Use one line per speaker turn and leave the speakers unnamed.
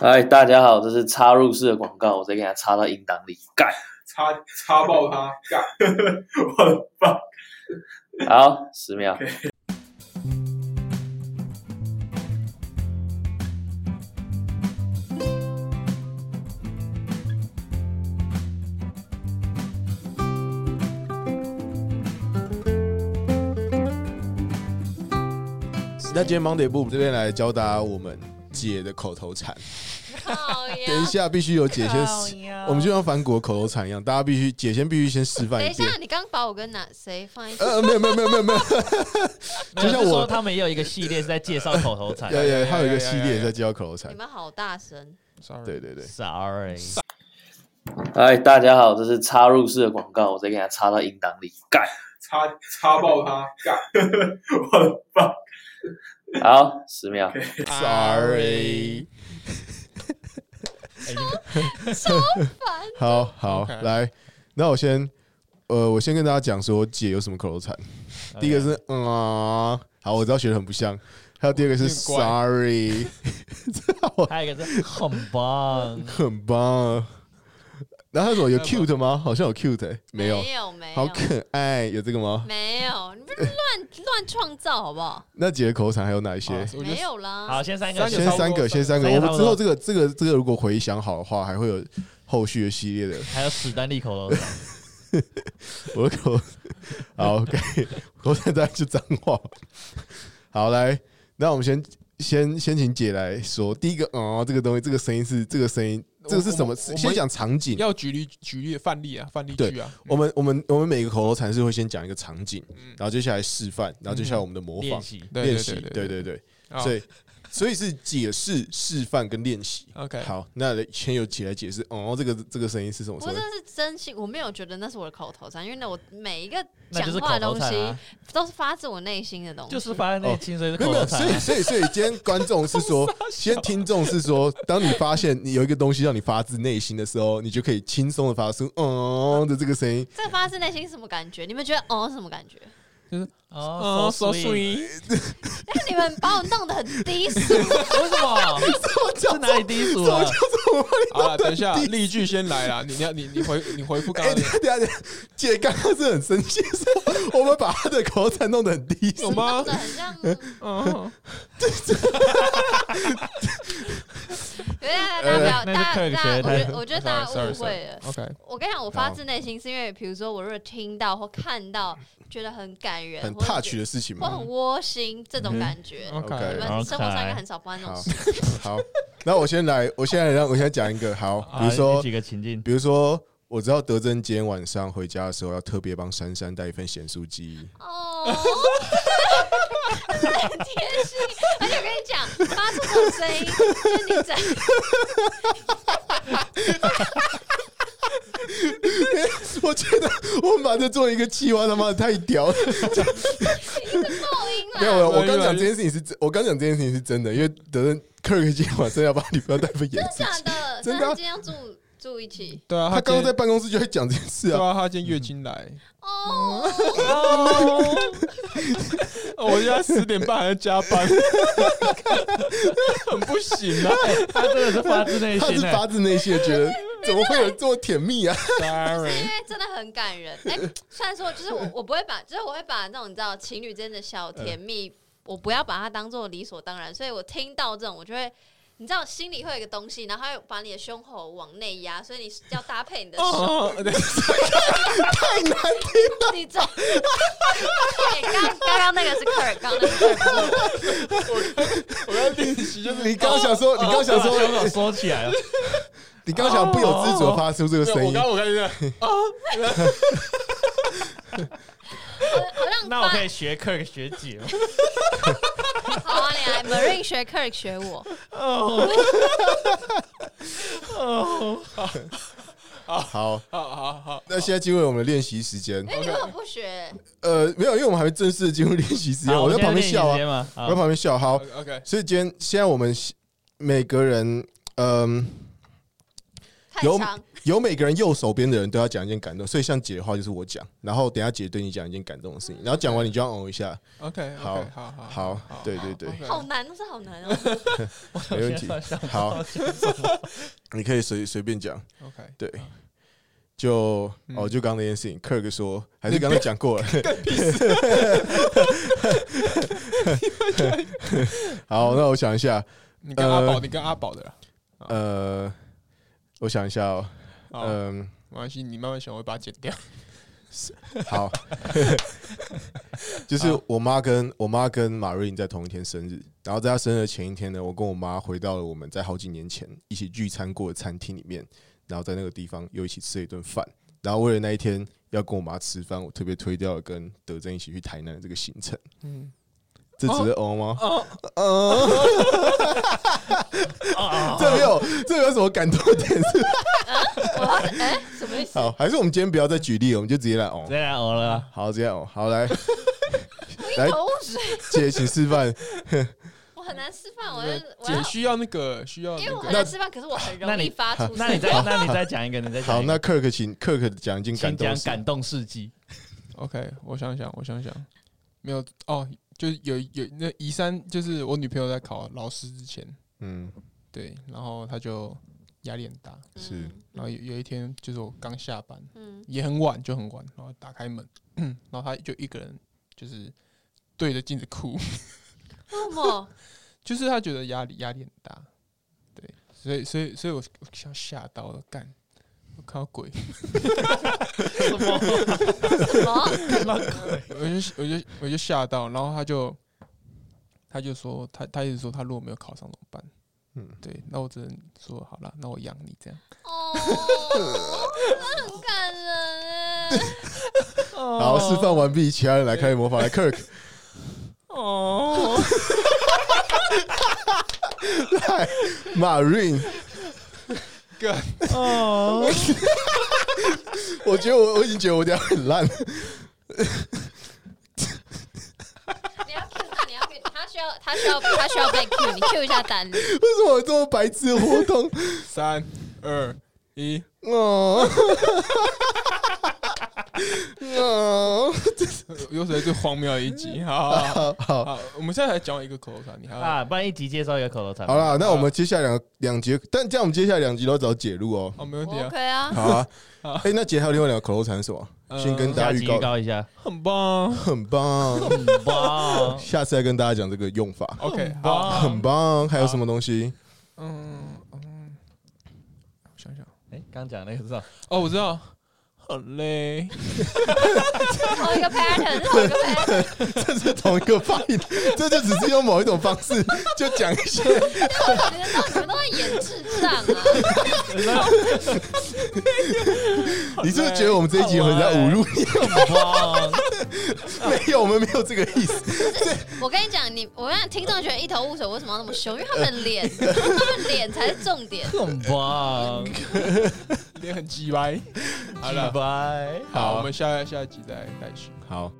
嗨，哎大家好，这是插入式的广告，我直接给它插到音档里。干，
插插爆他，干！
我的爸！
好，十秒。
那今天 Monday Boom 这边来教大家我们姐的口头禅，
靠呀！
等一下必须有姐先示，
靠呀
我们就像反骨的口头禅一样，大家必须姐先必须先示范
等
一
一
遍。
下，你刚把我跟哪谁放一起？
呃，没有没有没有没有没有，
没有
就像
是
我
说他们也有一个系列是在介绍口头 禅。
有有，还有一
有
个系
有
列
有
在教口头
你
禅。
们好大声！
对对对，
Sorry，
嗨，哎大家好，这是插入式的广告，我直接给它插到音档里。干，
插插爆他，干！
我的爸
好，十秒。
！Sorry，
烦，
好好
OK
来，那我先呃，我先跟大家讲说姐有什么口头禅。第一个是嗯啊，好，我知道学的很不像。还有第二个是
有点怪
Sorry，
还有一个是很棒，
很棒啊。然后他说有 cute 吗？好像有 cute，、欸、没有，
没有，没
好
有，
可爱，有这个吗？
没有，你不是乱乱创造好不好？
那几个口头禅还有哪一些？
我觉
没
得
有啦。
好，先三个，
就
先
差不多
三个，先三个。我
三个
们
差不
之
多
后这个这个这个，如果回想好的话，还会有后续的系列的。
还有史丹利口头禅，
我的口好，OK，口头禅大概就脏话。好，来，那我们先先先请姐来说第一个，哦，这个东西，这个声音是这个声音，这个是什么？
我
是
我
先讲场景。啊
要举例举例范例啊，范例
对
句啊，
我们我们我们每个口头禅是会先讲一个场景，
嗯
然后接下来示范，然后接下来我们的模
嗯练
仿
习
对
练
对
习，
对
对对对，
啊
所以所以是解释、示范跟练习。
OK，
好，那先由姐来解释。哦，这个这个声音是什么
不
声
过
音
这？是真心，我没有觉得那是我的口头禅，因为那我每一个
那
讲
就是
话
口
的
头
东
禅啊
西，都是发自我内心的东西。
就是发在内心，所以是
没
口
有没有，
头
所
禅
以
啊。
所以所以今天观众是 说，今天听众是说，当你发现你有一个东西让你发自内心的时候，你就可以轻松的发出哦的这个声 音。
这个发自内心是什么感觉？你们觉得哦是什么感觉？
哦，so sweet，
但是你们把我弄得很低俗，
为 什么？是哪里低俗啊了？
好啊了，等一下，例句先来啦，你你要你你回你回复刚
哎，
刚
等
那
一下等一下
个
等一下，姐刚刚是很生气，说我们把她的口头禅弄得很低俗
有吗
弄？得很像。有
嗯，
点大家不要，
呃
那是
大家
Kirk
大家，我觉
学的太
得我觉得大家误
Sorry，sorry，
会了。
OK，
我跟你讲，我发自内心是因为，比如说我如果听到或看到，觉得很感人，
很
或者
touch 的事情
或
吗
很窝心这种感觉。
嗯 OK
你
OK
们生活上应该
OK
很少发生这种
好
事。
好，那我先来，我现在让我先讲一个好，比
好
如说
你举个情境，
比如说，我知道德珍今天晚上回家的时候要特别帮珊珊带一份咸酥 鸡。
哦，很贴心。而且我跟你讲，发出这种声音，就是你整
我觉得我们把这做一个计划，他妈的太 屌了！
爆音 啊
没有，
了。
没有我刚讲这件事情是真，我刚讲这件事情是真的，因为德珍 Kirk 今天晚上要帮你不要带份咸酥
真的假
鸡。
的？
真的啊
今天要住住一起
对啊，
他刚
今
刚在
天
办公室就在讲这件事
对
啊，
啊，他今天月经来，
哦。
哦 我现在十点半还在加班，很不行啊
他真的是发自啊内
他是
心的。
发自内心的觉得，怎么会有这么甜蜜啊？
因
，Sorry，
为哎真的很感人。哎、虽然说就是我我不会把，就是我会把那种你知道情侣之间的小甜蜜，我不要把它当做理所当然。所以我听到这种，我就会。你知道心里会有一个东西，然后它会把你的胸口往内压，所以你要搭配你的手，
哦，对
太难听了，
你知道？对，刚刚刚那个是科尔，刚刚那个是科尔不是我，
我要练习就
就是是你刚刚想说，你刚刚想
胸口
说，
缩起来了，
你刚刚想不由自主地发出这个声
对我
音
刚。刚我看见
好像
那我可以学 Kirk 学姐 吗？
好啊，你来 Marine 学 Kirk 学我，
好，
好好好，
那现在进入我们的练习时间
因。哎为你们很不学，
呃，没有，因为我们还没正式地进入练习时间，
好
我在
现
旁边
练
笑啊
习，嘛。
我
好
在旁边笑。好，
OK，
所以今天现在我们每个人，嗯、
太
有
长，
有每个人右手边的人都要讲一件感动，所以像姐的话就是我讲，然后等一下姐对你讲一件感动的事情，然后讲完你就要哦一下，
OK，
好
好好
好对对对
嗯
好难，这好难哦。
没问题
我现在想不
好
到讲什么
你可以随随便讲。
，OK，
对，就
嗯
哦，就刚刚那件事情，Kirk 说还是刚刚讲过了。 好，那我想一下，
你跟阿宝，
呃
你跟阿宝的啦，
呃，我想一下哦，
好，
嗯，
没关系，你慢慢想，我会把它剪掉。
好，就是我妈跟我妈跟马瑞在同一天生日，然后在她生日的前一天呢，我跟我妈回到了我们在好几年前一起聚餐过的餐厅里面，然后在那个地方又一起吃了一顿饭。然后为了那一天要跟我妈吃饭，我特别推掉了跟德珍一起去台南的这个行程。
嗯，
这只是哦吗？
哦，
呃 这没有，这没有什么感动的点是。
我要哎，什么意思？
好，还是我们今天不要再举例了，我们就直接来哦。
这样我了，
好，这样哦，好来，来
一头雾水，
姐，请示 范。
我很难示范，我要我
姐
要，
需要那个需要
因为
那
我
个
很难示范，可是我很
哦那
容易
你
发出声音。
那你再那你再讲一个，你再讲
好，
一
那
个
Kirk 请 Kirk 讲一件感
请
动
讲
的事。
感动事迹。
OK，我想想，我想想，没有哦，就是有有那宜山，就是我女朋友在考老师之前，
嗯，
对，然后她就压力很大，
嗯
是
然后有有一天就是我刚下班，
嗯
也很晚，就很晚，然后打开门， 然后她就一个人就是对着镜子哭，
为什么？
就是她觉得压力压力很大，对，所以所以所以我我吓吓到了，干，我看到鬼，
什么？
什么？
我就我就我就吓到，然后他就他就说他他一直说他如果没有考上怎么办？
嗯
嗯，对，那我只能说好了，那我养你这样。
哦，那很感 人哎。
好，示范完毕，其他人来开始模仿。来，Kirk，
哦，
来，Marine，
干，
哦，
我觉得我我已经觉得我这样很烂。
你要 Q 他，你要 Q 他，需要他需要他需要被 Q，你 Q 一下丹 力。
为什么有这么白痴的活动？
三二一，
哦，哦，
又是最荒谬的一 集。好好好
好好。
好，我们现在才讲一个口头禅，你还要
啊，不然一集介绍一个口头禅。
好，啦，那我们接下来两两集，但这样我们接下来两集都要找解录哦。
哦，没问题啊，
OK 啊，
好啊
好，
哎，那姐还有另外两个口头禅是什么？
呃
先跟大
下
家
集
预
预
告，
告一 下。
很棒啊。
很棒，
哇，
下次再跟大家讲这个用法，
OK，
很棒
好，
很棒。还有什么东西？
嗯嗯，我想想，
哎，刚讲那个是吧？
哦，我知道，很累。
哦同一个 pattern，同一个 pattern。
这是同一个发音，这就只是用某一种方式 就讲一些。
我觉得到你们都在演智障啊！
你是不是觉得我们这一集很在侮辱你？
哇，
没有，我们没有这个意思。
我跟你讲，你我让听众觉得一头雾水，为什么要那么凶？因为他们脸，他们脸才是重点。
很棒，
脸很鸡歪。好了，
拜。
好，我们下下一集再再续。
好。